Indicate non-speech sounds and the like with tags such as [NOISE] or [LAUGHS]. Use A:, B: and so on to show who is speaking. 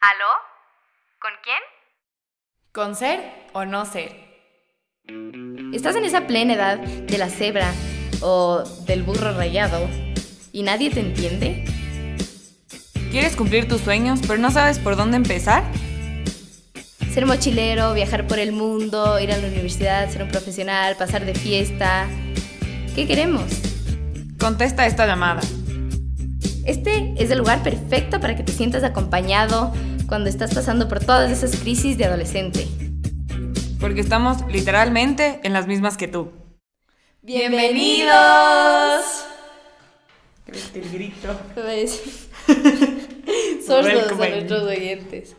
A: ¿Aló? ¿Con quién?
B: ¿Con ser o no ser?
C: Estás en esa plena edad de la cebra o del burro rayado y nadie te entiende.
B: ¿Quieres cumplir tus sueños, pero no sabes por dónde empezar?
C: Ser mochilero, viajar por el mundo, ir a la universidad, ser un profesional, pasar de fiesta. ¿Qué queremos?
B: Contesta esta llamada.
C: Este es el lugar perfecto para que te sientas acompañado cuando estás pasando por todas esas crisis de adolescente.
B: Porque estamos literalmente en las mismas que tú.
C: ¡Bienvenidos!
B: El grito.
C: [LAUGHS] Pues, Somos los de
B: Welcome.
C: nuestros oyentes.